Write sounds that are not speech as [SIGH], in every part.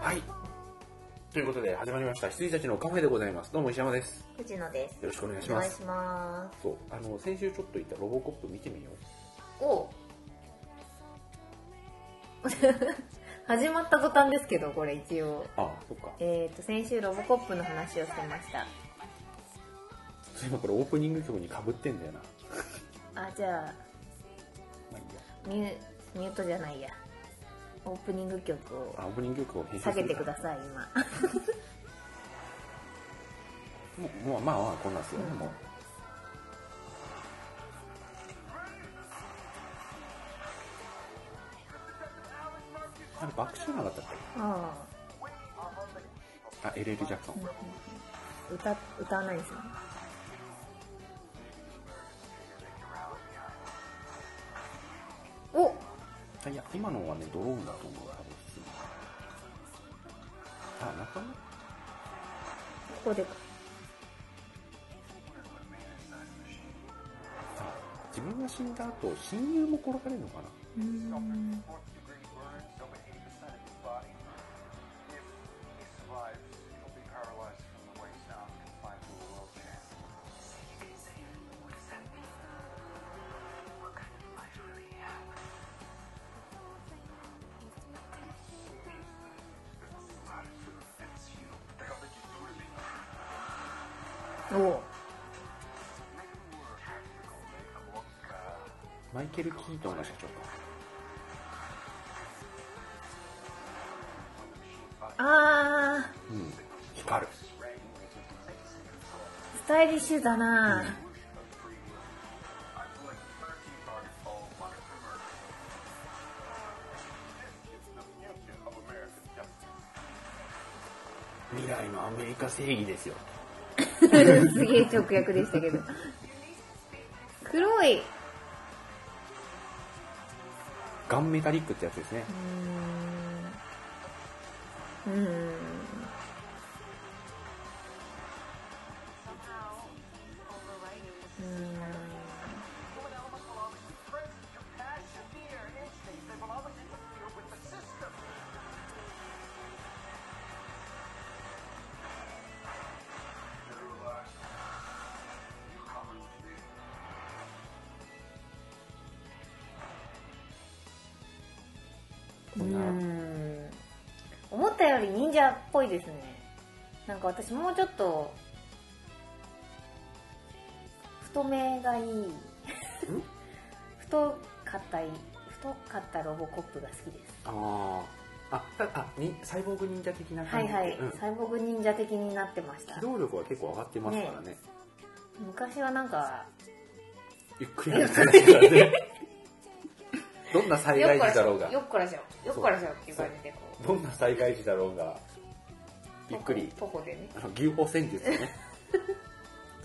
はい。ということで、始まりました。羊たちのカフェでございます。どうも石山です。藤野です。よろしくお願いしおま願いす。しまそう、あの、先週ちょっと言ったロボコップ見てみよう。す。お [LAUGHS] 始まった途端ですけど、これ一応。ああ、そっか。えっ、と、先週ロボコップの話をしてました。そういえばこれオープニング曲に被ってんだよな。あ、じゃあ、まあいいや。ミュミュートじゃないや。オープニング曲をあ、オープニング曲を編集下すげるてくかださい、今。もう、もうまあまあ、こんなんですよね、うんもう。あれ、爆笑なかったっあけあ、エレル・ジャクソン。あ歌、歌わないんですよ。おあいや、今のはね、ドローンだと思う、多分。あ、仲間ここでかあ、自分が死んだ後、親友も殺されるのかなうんおマイケル・キートンが社長か。あーうん。光る。スタイリッシュだな、未来のアメリカ正義ですよ。すげえ直訳でした [LAUGHS] けど黒いうガンメタリックってやつですね。ーんうーんこんなうーん思ったより忍者っぽいですねなんか私もうちょっと太めがいい太かったい太かったロボコップが好きですああ。あ、たあに、サイボーグ忍者的なは感いじはい、うん。サイボーグ忍者的になってました機動力は結構上がってますからね。昔はなんかゆっくりやってないから [LAUGHS] ね。どんな災よっ害こ時らしだろょうが、よっこらしょよっこらしょっていう感じでこうどんな災害時だろうが、ゆっくり、徒歩でねあの牛歩戦術で [LAUGHS] ね。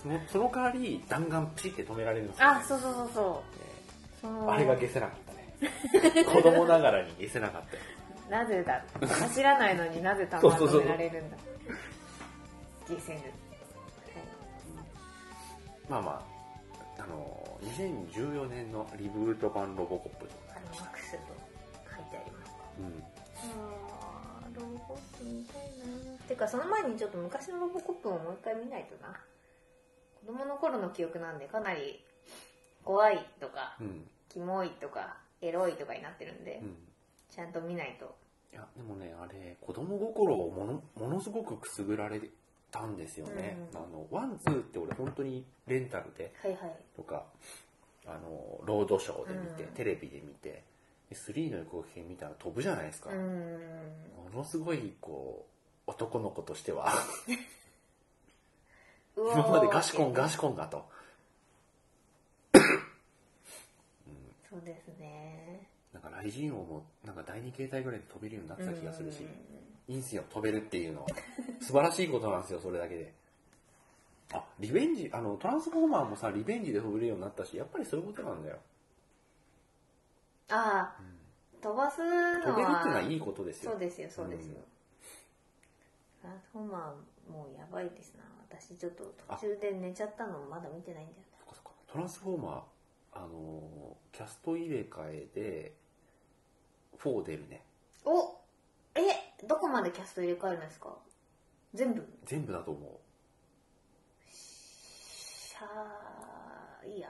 そのその代わり弾丸ピシって止められるんですよ、あそうそうそうそうねそのあれが消せなかったね。子供ながらに消せなかったよ。な [LAUGHS] ぜだ走らないのになぜ弾が止められるんだゲーセンでまあまあ、あの、2014年のリブート版ロボコップでござあいのまし握た。手と書いてありますうん。あーロボコップ見たいなっていうかその前にちょっと昔のロボコップをもう一回見ないとな子供の頃の記憶なんでかなり怖いとかうん。キモいとかエロいとかになってるんで、うん。ちゃんと見ないといや、でもね、あれ、子供心をものものすごくくすぐられたんですよね。うんあの、ワン、ツーって俺本当にレンタルではいはいとか、あの、ロードショーで見て、うんテレビで見て、で3の予告編見たら飛ぶじゃないですか。うーんものすごい、こう、男の子としては、うおー今までガシコンガシコンがと。そうですねなんか雷神王もなんか第二形態ぐらいで飛べるようになってた気がするしうん、いいんすよ、飛べるっていうのは。 [LAUGHS] 素晴らしいことなんですよ、それだけで。あ、リベンジ、あの、トランスフォーマーもさ、リベンジで飛べるようになったし、やっぱりそういうことなんだよ。ああ、飛ばす飛のべるっていうのははいいことですよ。そうですよそうですようん、トランスフォーマーもうやばいですな私ちょっと途中で寝ちゃったのまだ見てないんだよそっかそっかトランスフォーマー、あのーキャスト入れ替えで、4出るね。なおえどこまでキャスト入れ替えるんですか全部全部だと思シャーいや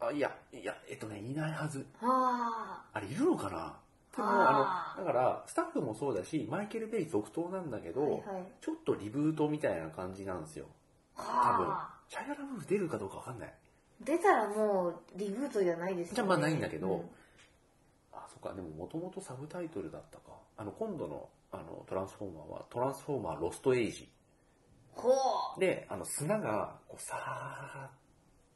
う。あ、いや、いや、えっとね、いないはず。ああれ、いるのかなでも、ああの、だから、スタッフもそうだし、マイケル・ベイ続投なんだけーど、はいはいちょっとリブートみたいな感じなんですよ。多分はあ。シャイアラブーフ出るかどうかわかんない。出たらもうリブートじゃないですよねじゃあまあないんだけどうんあ、そっか、でももともとサブタイトルだったか。あの、今度の、あの、トランスフォーマーは、トランスフォーマーロストエイジ。ほうで、あの、砂が、こう、さ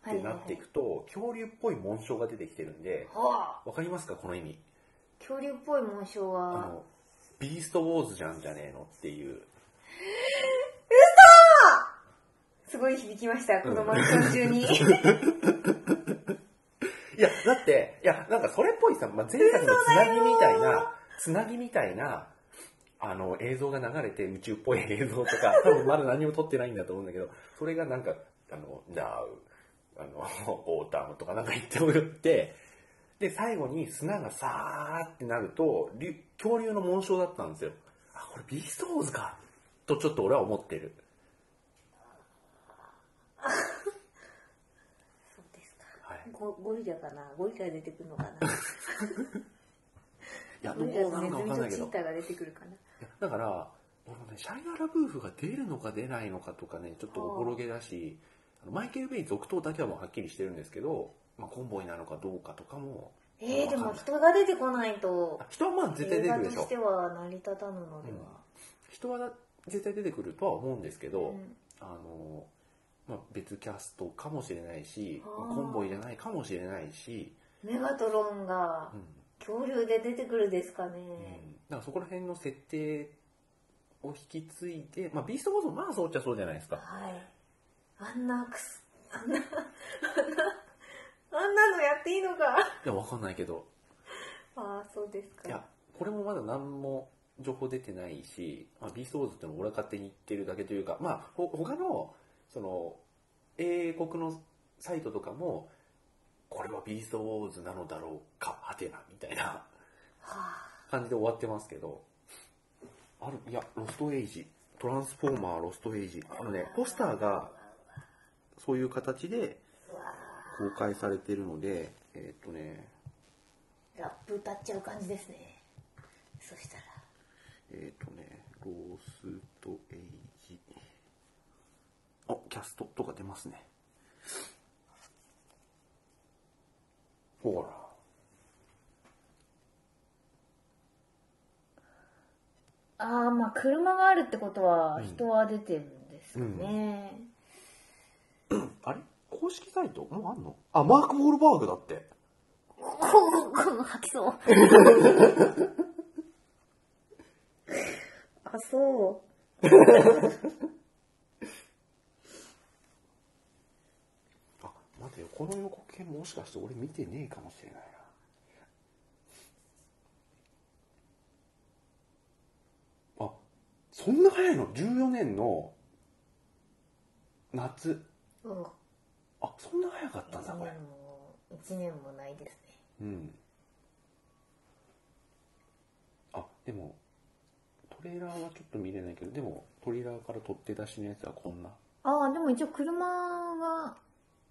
ーってなっていくと、恐竜っぽい紋章が出てきてるんで、ほうわかりますかこの意味。恐竜っぽい紋章あはの、ビーストウォーズじゃんじゃねえのっていう。すごい響きましたこのマンション中 [LAUGHS] にいや、だって、いや、なんかそれっぽいさ、まあ、前作のつなぎみたいな、つなぎみたいな、あの、映像が流れて宇宙っぽい映像と [LAUGHS] か、多分まだ何も撮ってないんだと思うんだけど、それがなんか、あの、ダウ、あの、オータムとかなんか言っておって、で、最後に砂がさーってなると、竜恐竜の紋章だったんですよ。あ、これビーストウォーズかとちょっと俺は思ってる。そうですかはい。ゴゴリラかなゴリラ出てくる [LAUGHS] のかいや、などゴリラうとなのかわかネズミんないとけチど。ーターが出てくるかないやだから、俺もね、シャイア・ラブーフが出るのか出ないのかとかね、ちょっとおぼろげだし、あのマイケル・ベイ続投だけはもうはっきりしてるんですけど、まあ、コンボイなのかどうかとかも、えー、でも人が出てこないとあ人はまあ絶対映出て画くるとでしょし。ては成り立たぬのでは、人は絶対出てくるとは思うんですけど、うんあの、まあ、別キャストかもしれないし、あーまあコンボイじゃないかもしれないし、メガトロンがうん恐竜で出てくるですかね、うんだからそこら辺の設定を引き継いで、まあ、ビーストボーズもまあそうっちゃそうじゃないですか。はいあんなくすあんな [LAUGHS] あんなあんなのやっていいのかいや、わかんないけど、ああそうですかいや、これもまだ何も情報出てないし、まあ、ビーストウォーズってのも俺が勝手に言ってるだけというか、まあ、ほ他の、その、英国のサイトとかも、これはビーストウォーズなのだろうか、はてな、みたいなは感じで終わってますけど、ある、いや、ロストエイジ、トランスフォーマーロストエイジ、あのね、ポスターが、そういう形であうわ公開されてるので、えーっとね、ーラップ歌っちゃう感じですねそしたらえっ、とね、ローストエイジ。あ、キャストとか出ますね。ほら。ああまあ車があるってことはうん人は出てるんですかね、あれ公式サイトもうあんのあ、マーク・ウォールバーグだって。吐きそう。あ、そう。あ、待てよ、この予告編もしかして俺見てねえかもしれないな。あ、そんな早いの ?14 年の夏。うん。あ、そんな早かったん一だ、年これ。も、一年もないですね。うん。あ、でも、トレーラーはちょっと見れないけど、でも、トレーラーから取って出しのやつはこんな。ああ、でも一応車が、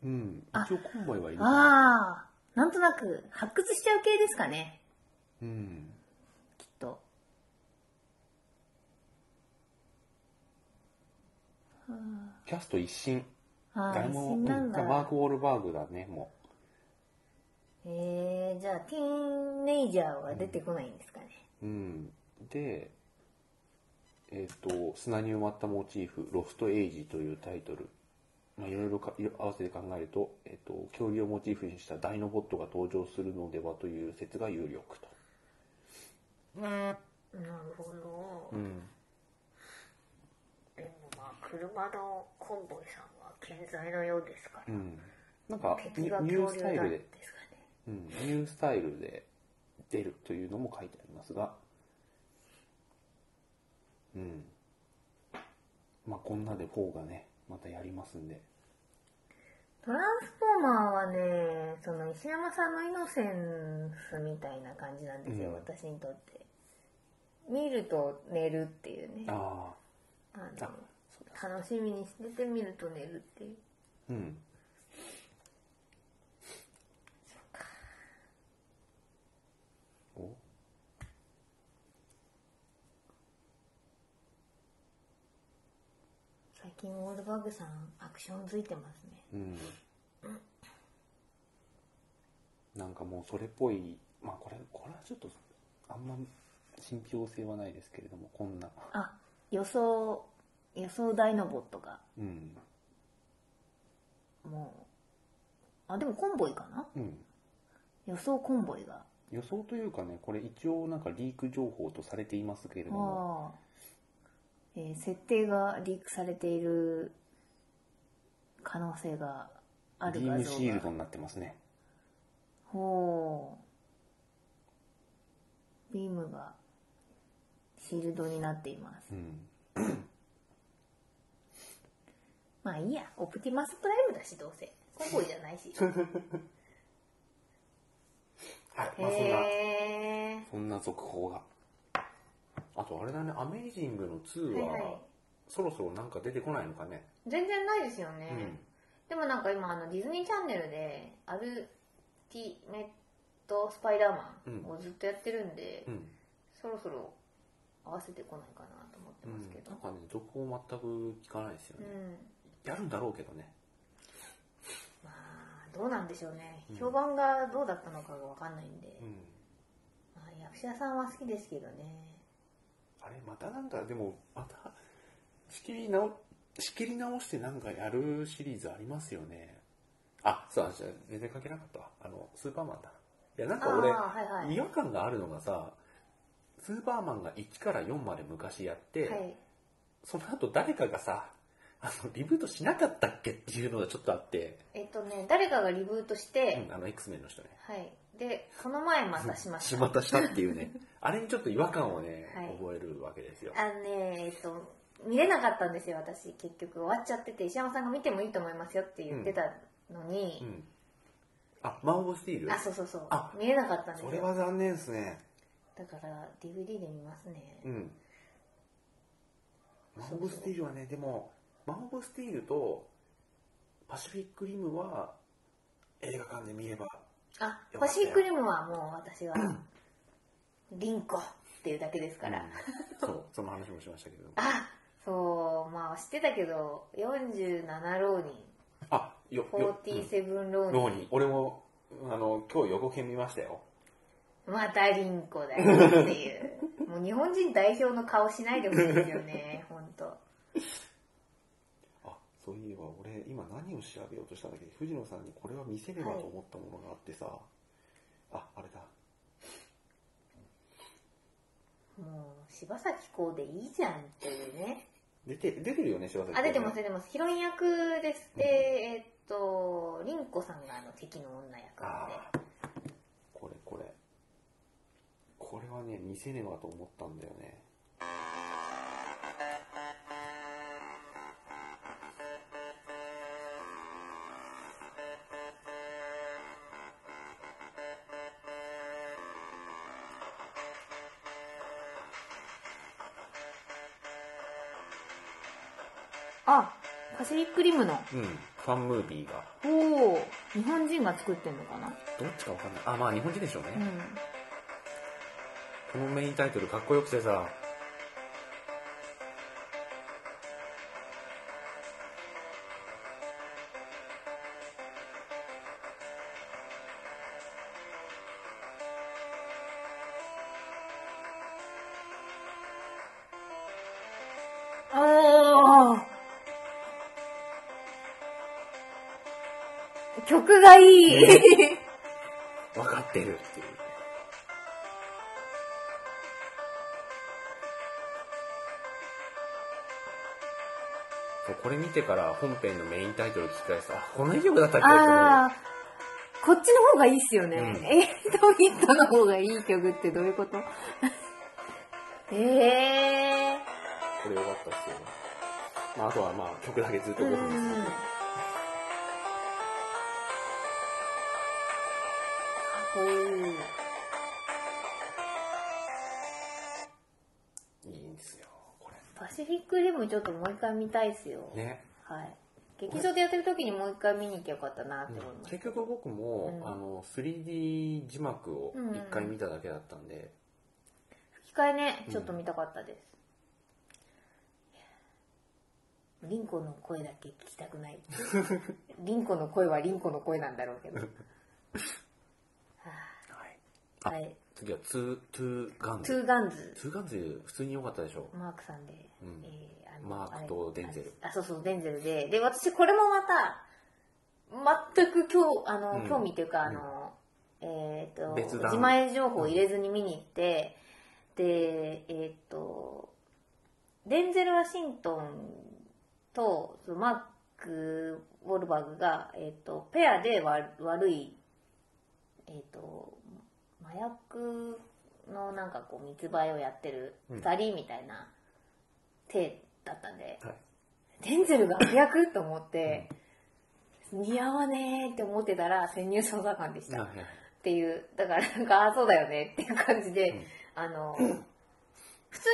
うん。あ一応コンボイはいるかな。ああ、なんとなく発掘しちゃう系ですかね、うん。きっと。キャスト一新。ああ、誰一も、う瞬なんん、だ。マーク・ウォールバーグだね、もえー、じゃあ、ティーンネイジャーは出てこないんですかね。う。うん。で、えっ、と、砂に埋まったモチーフ、ロスト・エイジというタイトル。まあ、いろいろかいろ合わせて考えると、えっ、と、恐竜をモチーフにしたダイノボットが登場するのではという説が有力と。なるほど。うん。でもまあ、車のコンボイさんは健在のようですから。うん、なんかニ敵がニュー恐ス竜タだイんルで、ですかね。うん、ニュースタイルで出るというのも書いてありますが、うん。まあこんなで4がね、またやりますんで。トランスフォーマーはね、その石山さんのイノセンスみたいな感じなんですよ、うん私にとって。見ると寝るっていうねあああの楽しみにしてて見ると寝るっていううんお最近ウォールバーグさんアクションづいてますねうんなんかもうそれっぽいまあこれこれはちょっとあんま信憑性はないですけれどもこんなあ予想予想大のボットがうんもうあでもコンボイかなうん予想コンボイが予想というかねこれ一応なんかリーク情報とされていますけれどもああ、えー設定がリークされている可能性があリるー画ム像シールがドになってますねほうビームがシールドになっていますうんまあいいやオプティマスプライムだしどうせコンボイじゃないしはいまあそんなへえそんな続報があとあれだね「アメイジング」の2はいはいはそろそろなんか出てこないのかね全然ないですよね、うんでもなんか今あのディズニーチャンネルでアルティメットスパイダーマンをずっとやってるんで、うんそろそろ合わせてこないかなと思ってますけど、なんかね続報全く聞かないですようんね、やるんだろうけどねまあどうなんでしょうね、うん評判がどうだったのかが分かんないんで、うんまあ、役者さんは好きですけどねあれまたなんかでもまた仕切り直仕切り直してなんかやるシリーズありますよねあそう私全然関係なかったわあのスーパーマンだいやなんか俺ああはいはい違和感があるのがさスーパーマンが1から4まで昔やって、はいその後誰かがさあのリブートしなかったっけっていうのがちょっとあって、えっとね誰かがリブートして、うん、あの X メンの人ねはいでこの前またしましたまたしたっていうねあれにちょっと違和感をね、 [LAUGHS] はい覚えるわけですよあのねえっと見れなかったんですよ私結局終わっちゃってて石山さんが見てもいいと思いますよって言ってたのうに、んあマン・オブ・スティールあそうそうそうあ見れなかったんですそよれは残念ですねだから DVD で見ますね、うんマン・オブ・スティールはねでもマン・オブ・スティールとパシフィック・リムは映画館で見ればあよかったよパシフィックリムはもう [CLEARS THROAT] 私はリンコっていうだけですから、うんそうその話もしましたけどあそうまあ知ってたけど47浪人あよよ、うん47浪人、ローニー俺もあの今日予告編見ましたよまたリンコだよっていうもう日本人代表の顔しないでほしいですよ [LAUGHS] ね本当あそういえば俺今何を調べようとしたんだけど藤野さんにこれは見せればと思ったものがあってさ、ああれだもう柴咲コウでいいじゃんっていうね出て出てるよね柴崎あ出てますね出てますヒロイン役ですでえーっとリンコさんがあの敵の女役なんであーこれこれこれはね見せねばと思ったんだよねあパシフィックリムのうんファンムービーがおお日本人が作ってんのかなどっちかわかんないあまあ日本人でしょうね、うんこのメインタイトルかっこよくて [LAUGHS] さおー曲がいい、ね分かってるっていうそうこれ見てから本編のメインタイトル聞き返すとあこの曲だったっけあーこっちの方がいいっすよね、うんエイトビットの方がいい曲ってどういうこと [LAUGHS] えこれ良かったっすよね、まあ、あとはまあ曲だけずっー、とう動くんですけんどかっこいいパシフィックリムちょっともう一回見たいですよ。ね、はい。劇場でやってる時にもう一回見に行きゃよかったなって思います。結局僕も、うんあの 3D 字幕を1回見ただけだったんで、吹き替えね、ちょっと見たかったです。リンコの声だけ聞きたくない。リンコの声はリンコの声なんだろうけど。ははい、ああはい。次はツートゥーガントズゥーガンズ。ツーガンズ普通に良かったでしょマークさんで、うんえーあマークとデンゼルあれあそうそうデンゼルでで私これもまた全く興あの、うん興味というかあうんの、えー別と段自前情報を入れずに見に行って、でえーっ、とデンゼル・ワシントンとそのマーク・ウォルバーグが、えーっとペアで悪悪い、えーっと麻薬のなんかこう密売をやってるうん2人みたいな体だったんで、はいデンゼルが悪役と思って、似合わねえって思ってたら潜入捜査官でしう、たっはいはいていうだからなんかああそうだよねっていう感じで、うんあの普通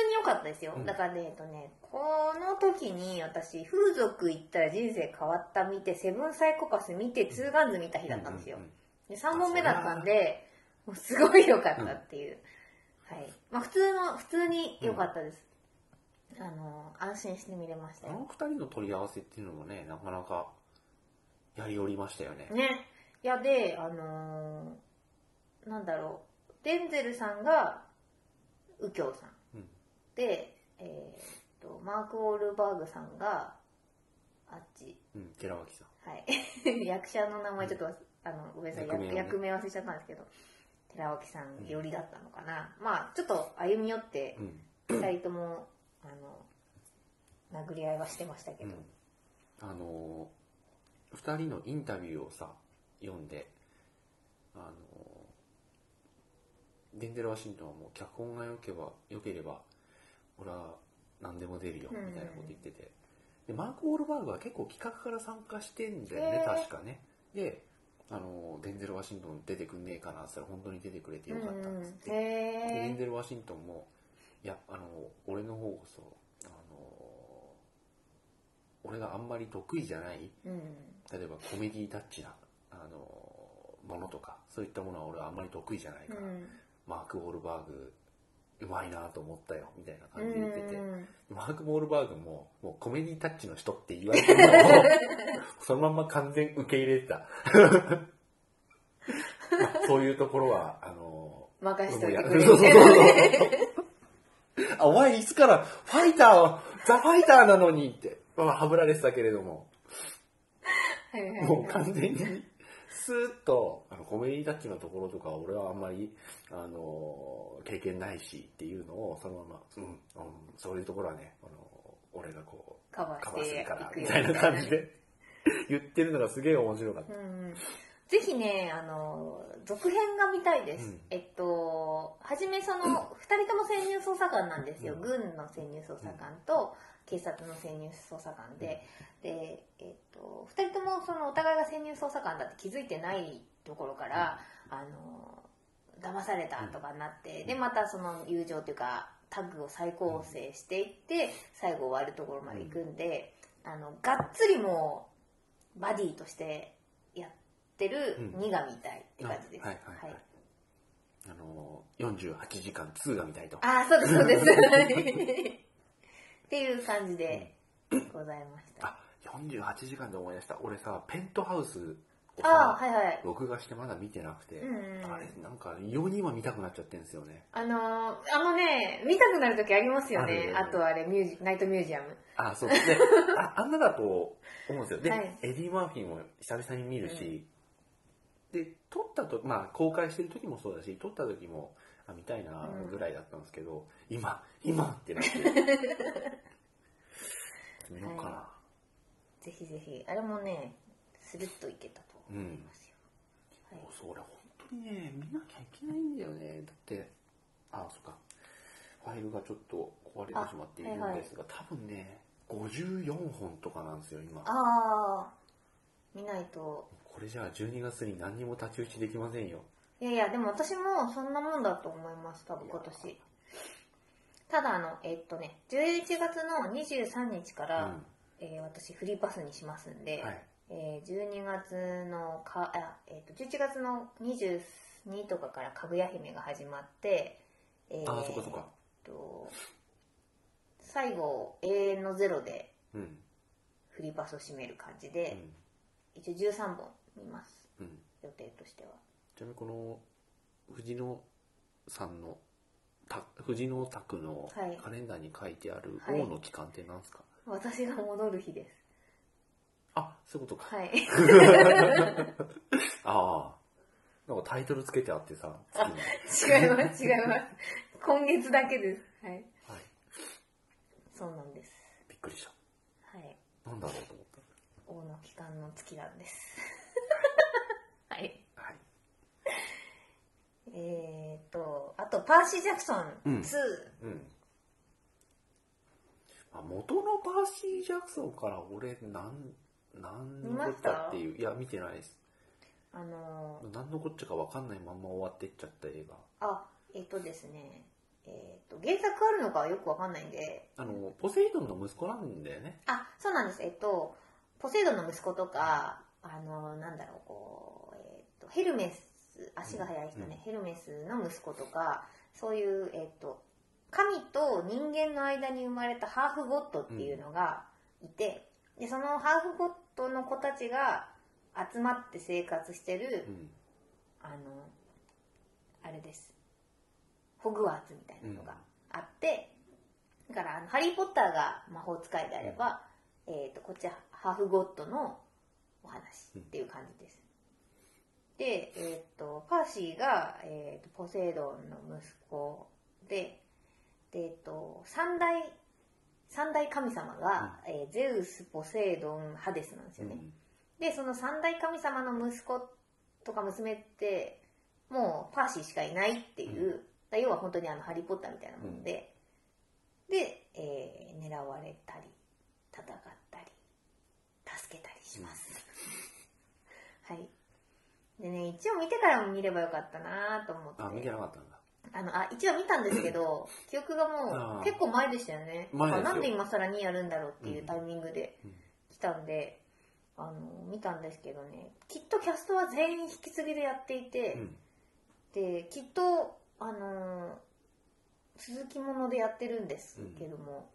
に良かったですよ、うんだからねえっとねこの時に私風俗行ったら人生変わった見てセブンサイコパス見てツーガンズ見た日だったんですよ、ううで3本目だったんでもうすごい良かったっていう、はいまあ普通の普通に良かったです、あの安心して見れましたあのよ二人の取り合わせっていうのもねなかなかやりおりましたよねねいやであのーなんだろうデンゼルさんが右京さんうんで、えーっとマーク・ウォールバーグさんがあっちうん寺脇さんは [LAUGHS] い役者の名前ちょっと忘れあのごめんなさい役役名を名,、ね忘れちゃったんですけど寺脇さん寄りだったのかな、まあちょっと歩み寄ってうん、 2人ともあの殴り合いはしてましたけうど、ん、あのー二人のインタビューをさ読んであのーデンゼル・ワシントンはもう脚本が良ければ良ければ俺は何でも出るよみうんたいなこと言ってて、でマーク・ウォールバーグは結構企画から参加してんだよねへー確かねであのーデンゼル・ワシントン出てくんねえかなって言ったら本当に出てくれてよかったんですって、うんでデンへゼル・ワシントンも、いや、あの、俺の方こそ、あの、俺があんまり得意じゃない、え、うん、例えばコメディタッチな、あの、ものとか、そういったものは俺はあんまり得意じゃないから、マーク・ウォールバーグ、うまいなと思ったよ、みたいなうん感じで言ってて、うんマーク・ウォールバーグも、もうコメディタッチの人って言われ [LAUGHS] てるのを、そのまんま完全受け入れてた。まあそういうところは、あの、任しといてく [LAUGHS] そうそれうそうそうあ、お前いつからファイター、ザ・ファイターなのにって、まあ、はぶられてたけれども、はいはいはいもう完全に、スーッと、あの、コメディタッチのところとか、俺はあんまり、あの、経験ないしっていうのを、そのまま、うん、うん、そういうところはね、あの、俺がこう、カバカーバーしすてるいから、くみよたいな感じで、言ってるのがすげえ面白かった。うんぜひね、あの、続編が見たいです。うんえっと、はじめその、二、人とも潜入捜査官なんですよ。うん軍の潜入捜査官と、警察の潜入捜査官で。で、えっと、二人ともその、お互いが潜入捜査官だって気づいてないところから、あの、騙されたとかになって、んで、またその、友情というか、タッグを再構成していって、最後終わるところまで行くんで、あの、がっつりもう、バディとして、やってるうん2が見たいって感じです。あはいはいはい。あの、48時間2が見たいと。ああ、そうです、そうです。っていう感じでございました。あ、48時間で思い出した。俺さ、ペントハウスをああさ、ー、はいはい。録画してまだ見てなくて、うんうんうんあれ、なんか、異様に今見たくなっちゃってるんですよね。あのー、あのね、見たくなるときありますよあるねよ。ねあとあれ、ミュージ、ナイトミュージアム。あ、 [LAUGHS] そう。で、ああんなだと思うんですよ。で、はいエディ・マーフィーも久々に見るし、で、撮ったと、まあ、公開してる時もそうだし、撮った時も、あ、見たいなうんぐらいだったんですけど、今、今ってな [LAUGHS] って。見ようかな。ぜひぜひ、あれもね、スルッといけたと思いますよ。はいそう俺本当にね見なきゃいけないんだよねだってあそっかファイルがちょっと壊れてしまっているんあはいはいですが、多分ね54本とかなんですよ今ああ、見ないと。これじゃあ12月に何にも太刀打ちできませんよいやいや、でも私もそんなもんだと思います、多分い今や年。ただあの、えっとね、11月の23日から、えー私フリーパスにしますんで、はいえー12月のかあ、えっと11月の22とかからかぐや姫が始まって、えーああ、そっかそっか。えっと最後永遠のゼロでうん。フリーパスを締める感じうで、ん。一応13本見ますうん。予定としてはちなみにこの藤野さんのた藤野拓のはいカレンダーに書いてあるはい王の期間って何ですか、私が戻る日ですあそういうことか、はいああなんかタイトルつけてあってさ好きな違います違います今月だけですはいはい、そうなんですびっくりしはいたなんだろうと思っ王の期間の月なんです [LAUGHS] はいたはいえー、とあとパーシー・ジャクソンうん2、うんあ元のパーシー・ジャクソンから俺何何見のまこしったちゃっていういや見てないですあのー何のこっちゃか分かんないまんま終わってっちゃった映画あえっ、とですねえー、と原作あるのかはよくわかんないんであのポセイドンの息子なんだよねあそうなんですえっ、とポセイドンの息子とかあのーなんだろうこう、えー、とヘルメス足が速い人ね、ヘルメスの息子とかそういうえっ、と神と人間の間に生まれたハーフゴッドっていうのがいて、でそのハーフゴッドの子たちが集まって生活してる、うんあのあれですホグワーツみたいなのがあって、だからあのハリー・ポッターが魔法使いであれば、えー、とこっちはハーフゴッドのお話っていう感じです、で、えー、とパーシーが、えー、とポセイドンの息子でで、えー、と三大三大神様が、えーゼウスポセイドンハデスなんですよね、でその三大神様の息子とか娘ってもうパーシーしかいないっていう、だから要は本当にあのハリー・ポッターみたいなもんで、で、えー狙われたり戦ったり助けたりします、 [LAUGHS] はいでね一応見てからも見ればよかったなと思ってあ見てなかったんだあのあ一応見たんですけど記憶がもあーう結構前でしたよね前ですよあなんで今更にやるんだろうっていううんタイミングでうん来たんで、あの見たんですけどねきっとキャストは全員引き継ぎでやっていて、うんできっとあの続きものでやってるんですけども、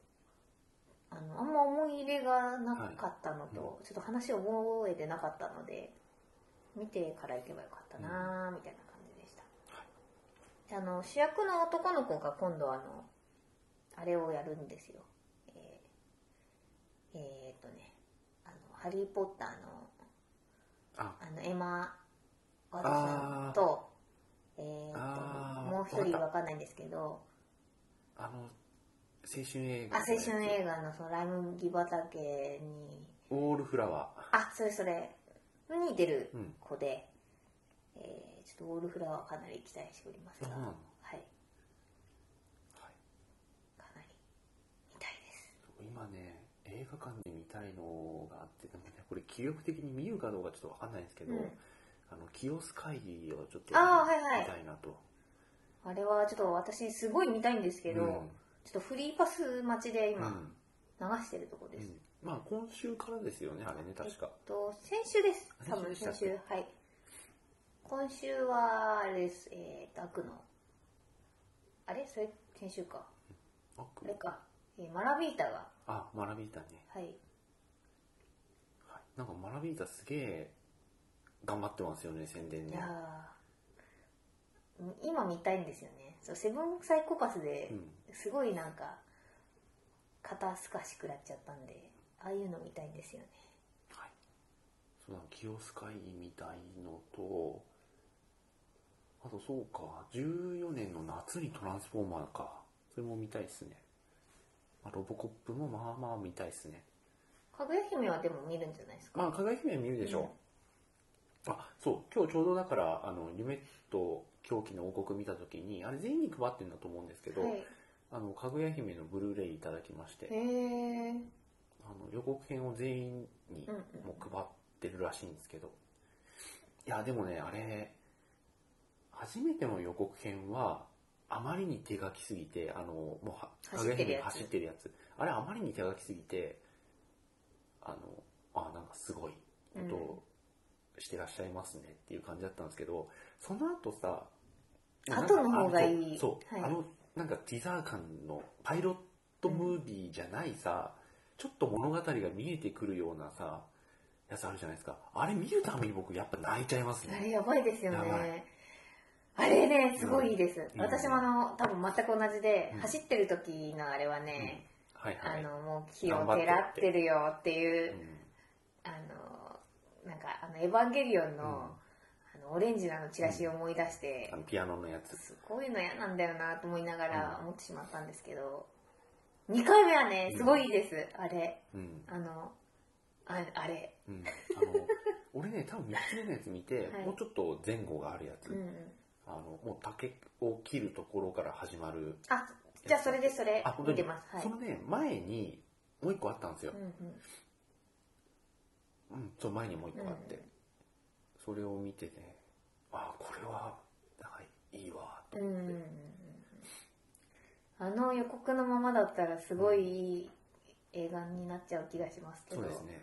あのあんま思い入れがなかったのと、ちょっと話を覚えてなかったので見てから行けばよかったなーみたいな感じでした、であの主役の男の子が今度あのあれをやるんですよえー、えーっとねあの「ハリー・ポッターの」ああのエマ・ワトソンとえーっとあーもう一わ人かったわかんないんですけどあの青春映画あ青春映画のそのラムギ畑にオールフラワあそれそれに出るーうん子で、えーちょっとウォールフラワーかなり期待しておりますあが、そうなのはいはかなり見たいですい今ね映画館で見たいのがあってでもねこれ記憶的に見るかどうかちょっと分かんないんですけど、うんあの清須会議をちょっとあーはいはい見たいなと、あれはちょっと私すごい見たいんですけど、うんちょっとフリーパス待ちでうん今流してるとこです、うんまあ今週からですよねあれね確かえっと先週です多分先週で先した週はい今週はあれですえー、っと悪のあれそれ先週かああれか、えーマラビータがあマラビータね、はいはい、なんかマラビータすげえ頑張ってますよね宣伝いねやーん今見たいんですよねそうセブンサイコパスでうんすごいなんか肩すかし食らっちゃったんでああいうの見たいんですよねはい、その清須会議みたいのとあとそうか14年の夏にトランスフォーマーかそれも見たいですね、まあ、ロボコップもまあまあ見たいですねかぐや姫はでも見るんじゃないですかまあ加賀姫は見るでしょう、あそう今日ちょうどだからあの夢と狂気の王国見た時にあれ全員に配ってるんだと思うんですけど、はいあのかぐや姫のブルーレイいただきまして、へえあの予告編を全員にうんうんもう配ってるらしいんですけど、いやでもねあれ初めての予告編はあまりに手書きすぎて、あの、もうは、走ってるやつ走ってるやつ。あれあまりに手書きすぎて、あの、あ、なんかすごいことをしてらっしゃいますねっていう感じだったんですけど、その後さ、なんか後の方がいいあのそう、はいあの、なんかティザー感のパイロットムービーじゃないさ、ちょっと物語が見えてくるようなさ、やつあるじゃないですか。あれ見るために僕やっぱ泣いちゃいますあね。れやばいですよやばね。あれね、すごいいいです。うん私もあの、多分全く同じで、うん走ってる時のあれはね、はいあはい。の、もう火を照らってるよっていう、あの、なんか、あの、エヴァンゲリオンうんの、あの、オレンジのあのチラシを思い出してあ、のピアノのやつ。すごいの嫌なんだよなと思いながらうん思ってしまったんですけど、2回目はね、すごいいいです。あれ、うん。あの、ああれ、うん、あの [LAUGHS] 俺ね多分3つ目のやつ見て、はいもうちょっと前後があるやつ、うんうん。あのもう竹を切るところから始まる、あ、じゃあそれでそれあ本当見にてます。はいそ。のね前にもう一個あったんですよう、んうんうんそう前にもう一個あって、うんそれを見てねあこれははいいいわとう思んっうんて、うんうんあの予告のままだったらすごいいい映画になっちゃう気がしますけどそうですね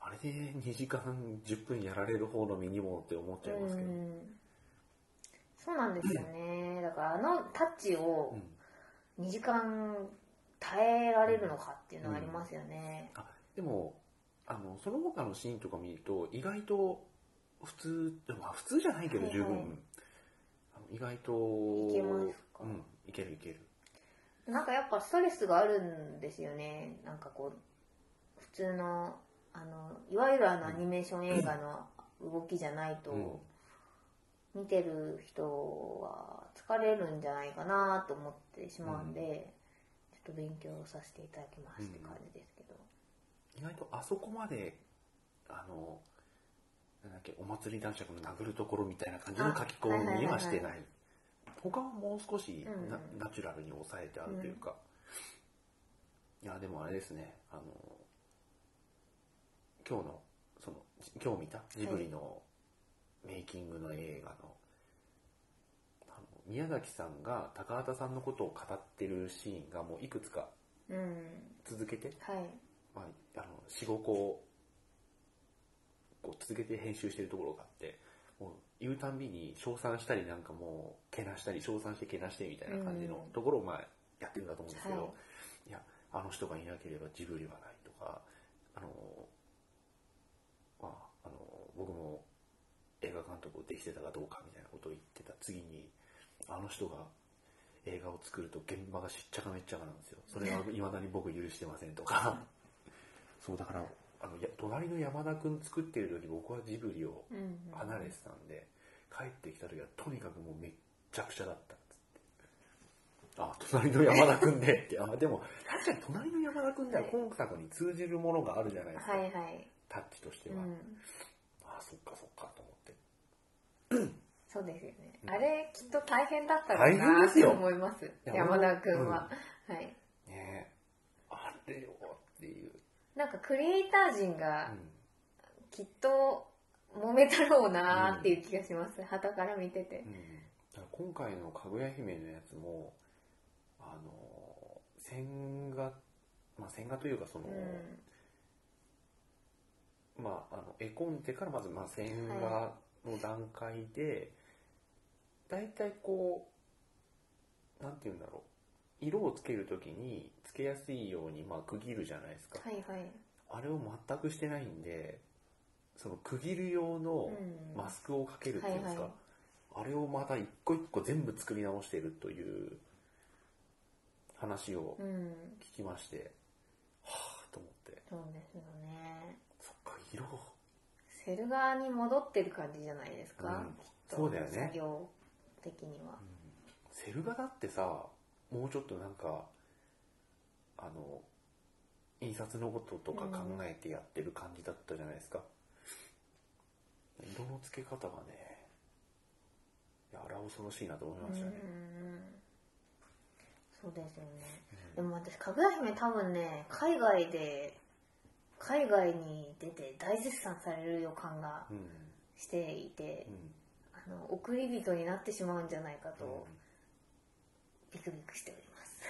あれで2時間10分やられる方の身にもって思っちゃいますけど、うんそうなんですよねだからあのタッチうをん2時間耐えられるのかっていうのはありますよね、あでもあのその他のシーンとか見ると意外と普通、まあ、普通じゃないけど十分、はいはいあの意外といけますかうん、いけるいけるなんかやっぱストレスがあるんですよねなんかこう普通のあのいわゆるあのアニメーション映画の動きじゃないと、うん見てる人は疲れるんじゃないかなと思ってしまうんで、ちょっと勉強させていただきますって感じですけど、意外とあそこまであのなんだっけお祭り男爵の殴るところみたいな感じの書き込みにはしてない,、あはいはいはい他はもう少しうんナ,、ナチュラルに抑えてあるというか、いやでもあれですねあの今日のそのじ今日見たジブリのメイキングの映画の,、あの宮崎さんが高畑さんのことを語ってるシーンがもういくつかうん続けてはいまあ、あの45個をこう続けて編集してるところがあってもう言うたんびに称賛したりなんかもうけなしたり称賛してけなしてみたいな感じのうんところをまあやってるんだと思うんですけど、はいい、やあの人がいなければジブリはないとかあの、まあ、あの僕も映画監督をできてたかどうかみたいなことを言ってた次にあの人が映画を作ると現場がしっちゃかめっちゃかなんですよそれはいまだに僕許してませんとかそうだからあのや隣の山田君作ってる時僕はジブリをうんうん離れてたんで帰ってきた時はとにかくもうめっちゃくちゃだったっつってあ隣の山田君でってあでも確かに隣の山田君では今作に通じるものがあるじゃないですか、はいはい、タッチとしてうは、ん、あそっかそっかと思ってそうですよね、うんあれきっと大変だったろうな大変ですとよ思いますや山田君は、はいねえあれよっていう、なんかクリエイター陣うがんきっと揉めたろうなっていう気がします旗から見ててうん、だから今回の「かぐや姫」のやつもあの線画まあ線画というかその、うんまあ、あの絵コンテからまずまあ線は画の段階で、大体こうなんて言うんだろう色をつけるときにつけやすいようにまあ区切るじゃないですか、はいはいあれを全くしてないんでその区切る用のうんマスクをかけるっていうんですか、はいあれをまた一個一個全部作り直してるという話をうん聞きまして、はあと思ってそうですよねそっか色をセル側に戻ってる感じじゃないですか、うんそうだよね作業的にはセル画だってさもうちょっとなんかあの印刷のこととか考えてやってる感じだったじゃないですか、色の付け方がねいやあら恐ろしいなと思いましたね、うんそうですよねでも私かぐや姫多分ね海外で海外に出て大絶賛される予感がうんうんしていてう、んあの送り人になってしまうんじゃないかと、ビクビクしております。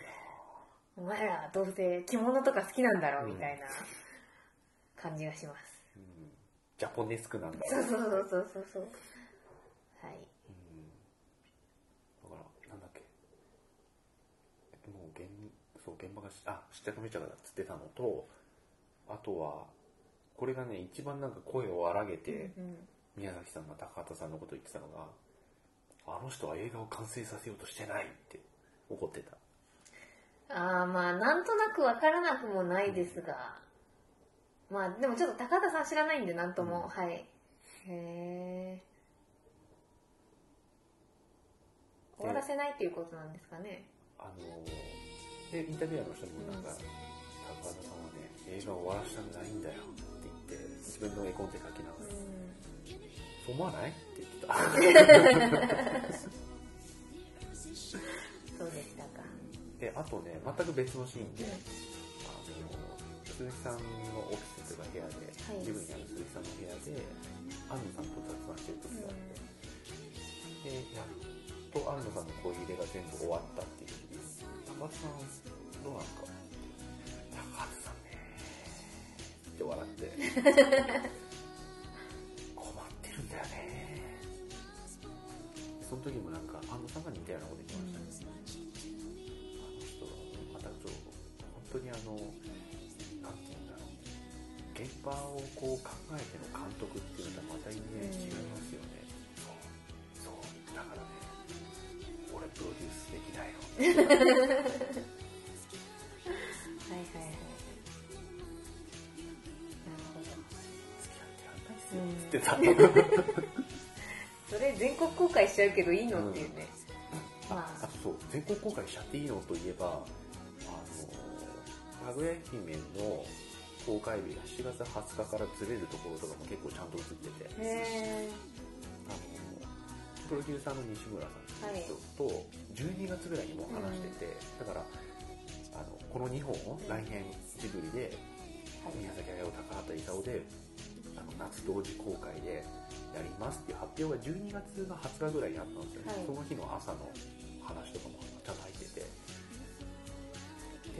[LAUGHS] お前らどうせ着物とか好きなんだろうみたいな感じがします。うんジャポネスクなんだ。そうそうそうそうそう。はうい。んだから、なんだっけ。もう現に、そう、現場がし、あ、しっちゃかめっちゃかだっつってたのと、あとは、これがね、一番なんか声を荒げて、うん宮崎さんが高畑さんのこと言ってたのが、あの人は映画を完成させようとしてないって怒ってた。ああまあなんとなくわからなくもないですが、まあでもちょっと高田さん知らないんでなんとも、うんはいへえ終わらせないっていうことなんですかねあのーで、インタビュアーの人もなんか、高畑さんはね、映画を終わらせたくないんだよって言って、自分の絵コンテ書きながうら、んそう思わないって言ってた。そうでしたかであとね全く別のシーンで、あの鈴木さんのオフィスというか部屋で、い自分にある鈴木さんの部屋で安野さんと雑談してる時があって、でやっと安野さんの声入れが全部終わったっていう時高津さんどうなんか高津さんねって笑って困ってるんだよねその時もなんか安野さんが似たようなこと言ってましたね、あの人はまたちょっと本当にあのなんていうんだろう現場をこう考えての監督っていうのはまたイメージ違いますよね、そうそうだからね俺プロデュースできないのはいはいはい付き合っなるほどてやんないっすよって言ってた、それ全国公開しちゃうけどいいのっていうね、まああとそう全国公開しちゃっていいのといえばあのかぐや姫の公開日が7月20日からずれるところとかも結構ちゃんと映っててへえあのプロデューサーの西村さんっていう人と12月ぐらいにもう話してて、だからあのこの2本を来年ジブリではい宮崎駿高畑勲であの夏同時公開でやりますっていう発表が12月の20日ぐらいにあったんですよね、はいその日の朝の話とかもちゃんと入ってて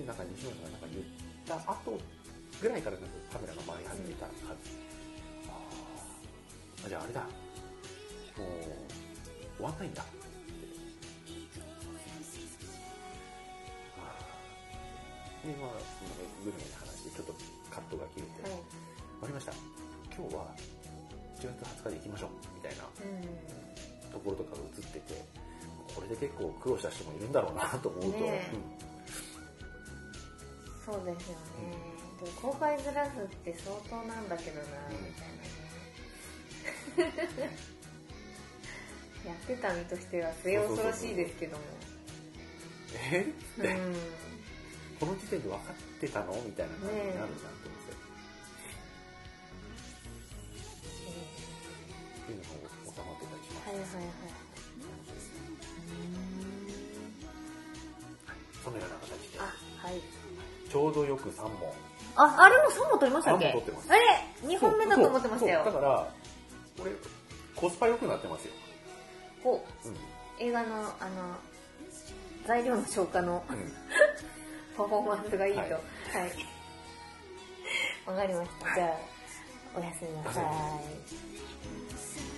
でなんか西村さんがなんか言った後ぐらいからなんかカメラが回り始めたはず、あーあじゃああれだもう終わんないんだってあーでまあグルメの話でちょっとカットが切れて、はいわかりました。今日は7月20日で行きましょう。みたいなうんところとかが映ってて、これで結構苦労した人もいるんだろうなと思うと、ねえそうですよね、で公開ずらすって相当なんだけどなみたいなねやってた身としては末恐ろしいですけどもうんえうっんて、この時点で分かってたのみたいな感じになるじゃんと思って。っていうのが収まってたりします。はいはいはいそのような形で、あはいちょうどよく3本。ああれも3本取りましたっけ三本取ってますあれ2本目だと思ってましたそうよだから、これ、コスパ良くなってますよ。こうん。うんう映画のあの材料の消化のパフォーマンスがいいと。ははいい。わ、かりました。じゃあ、おやすみなさい。おやすみなさい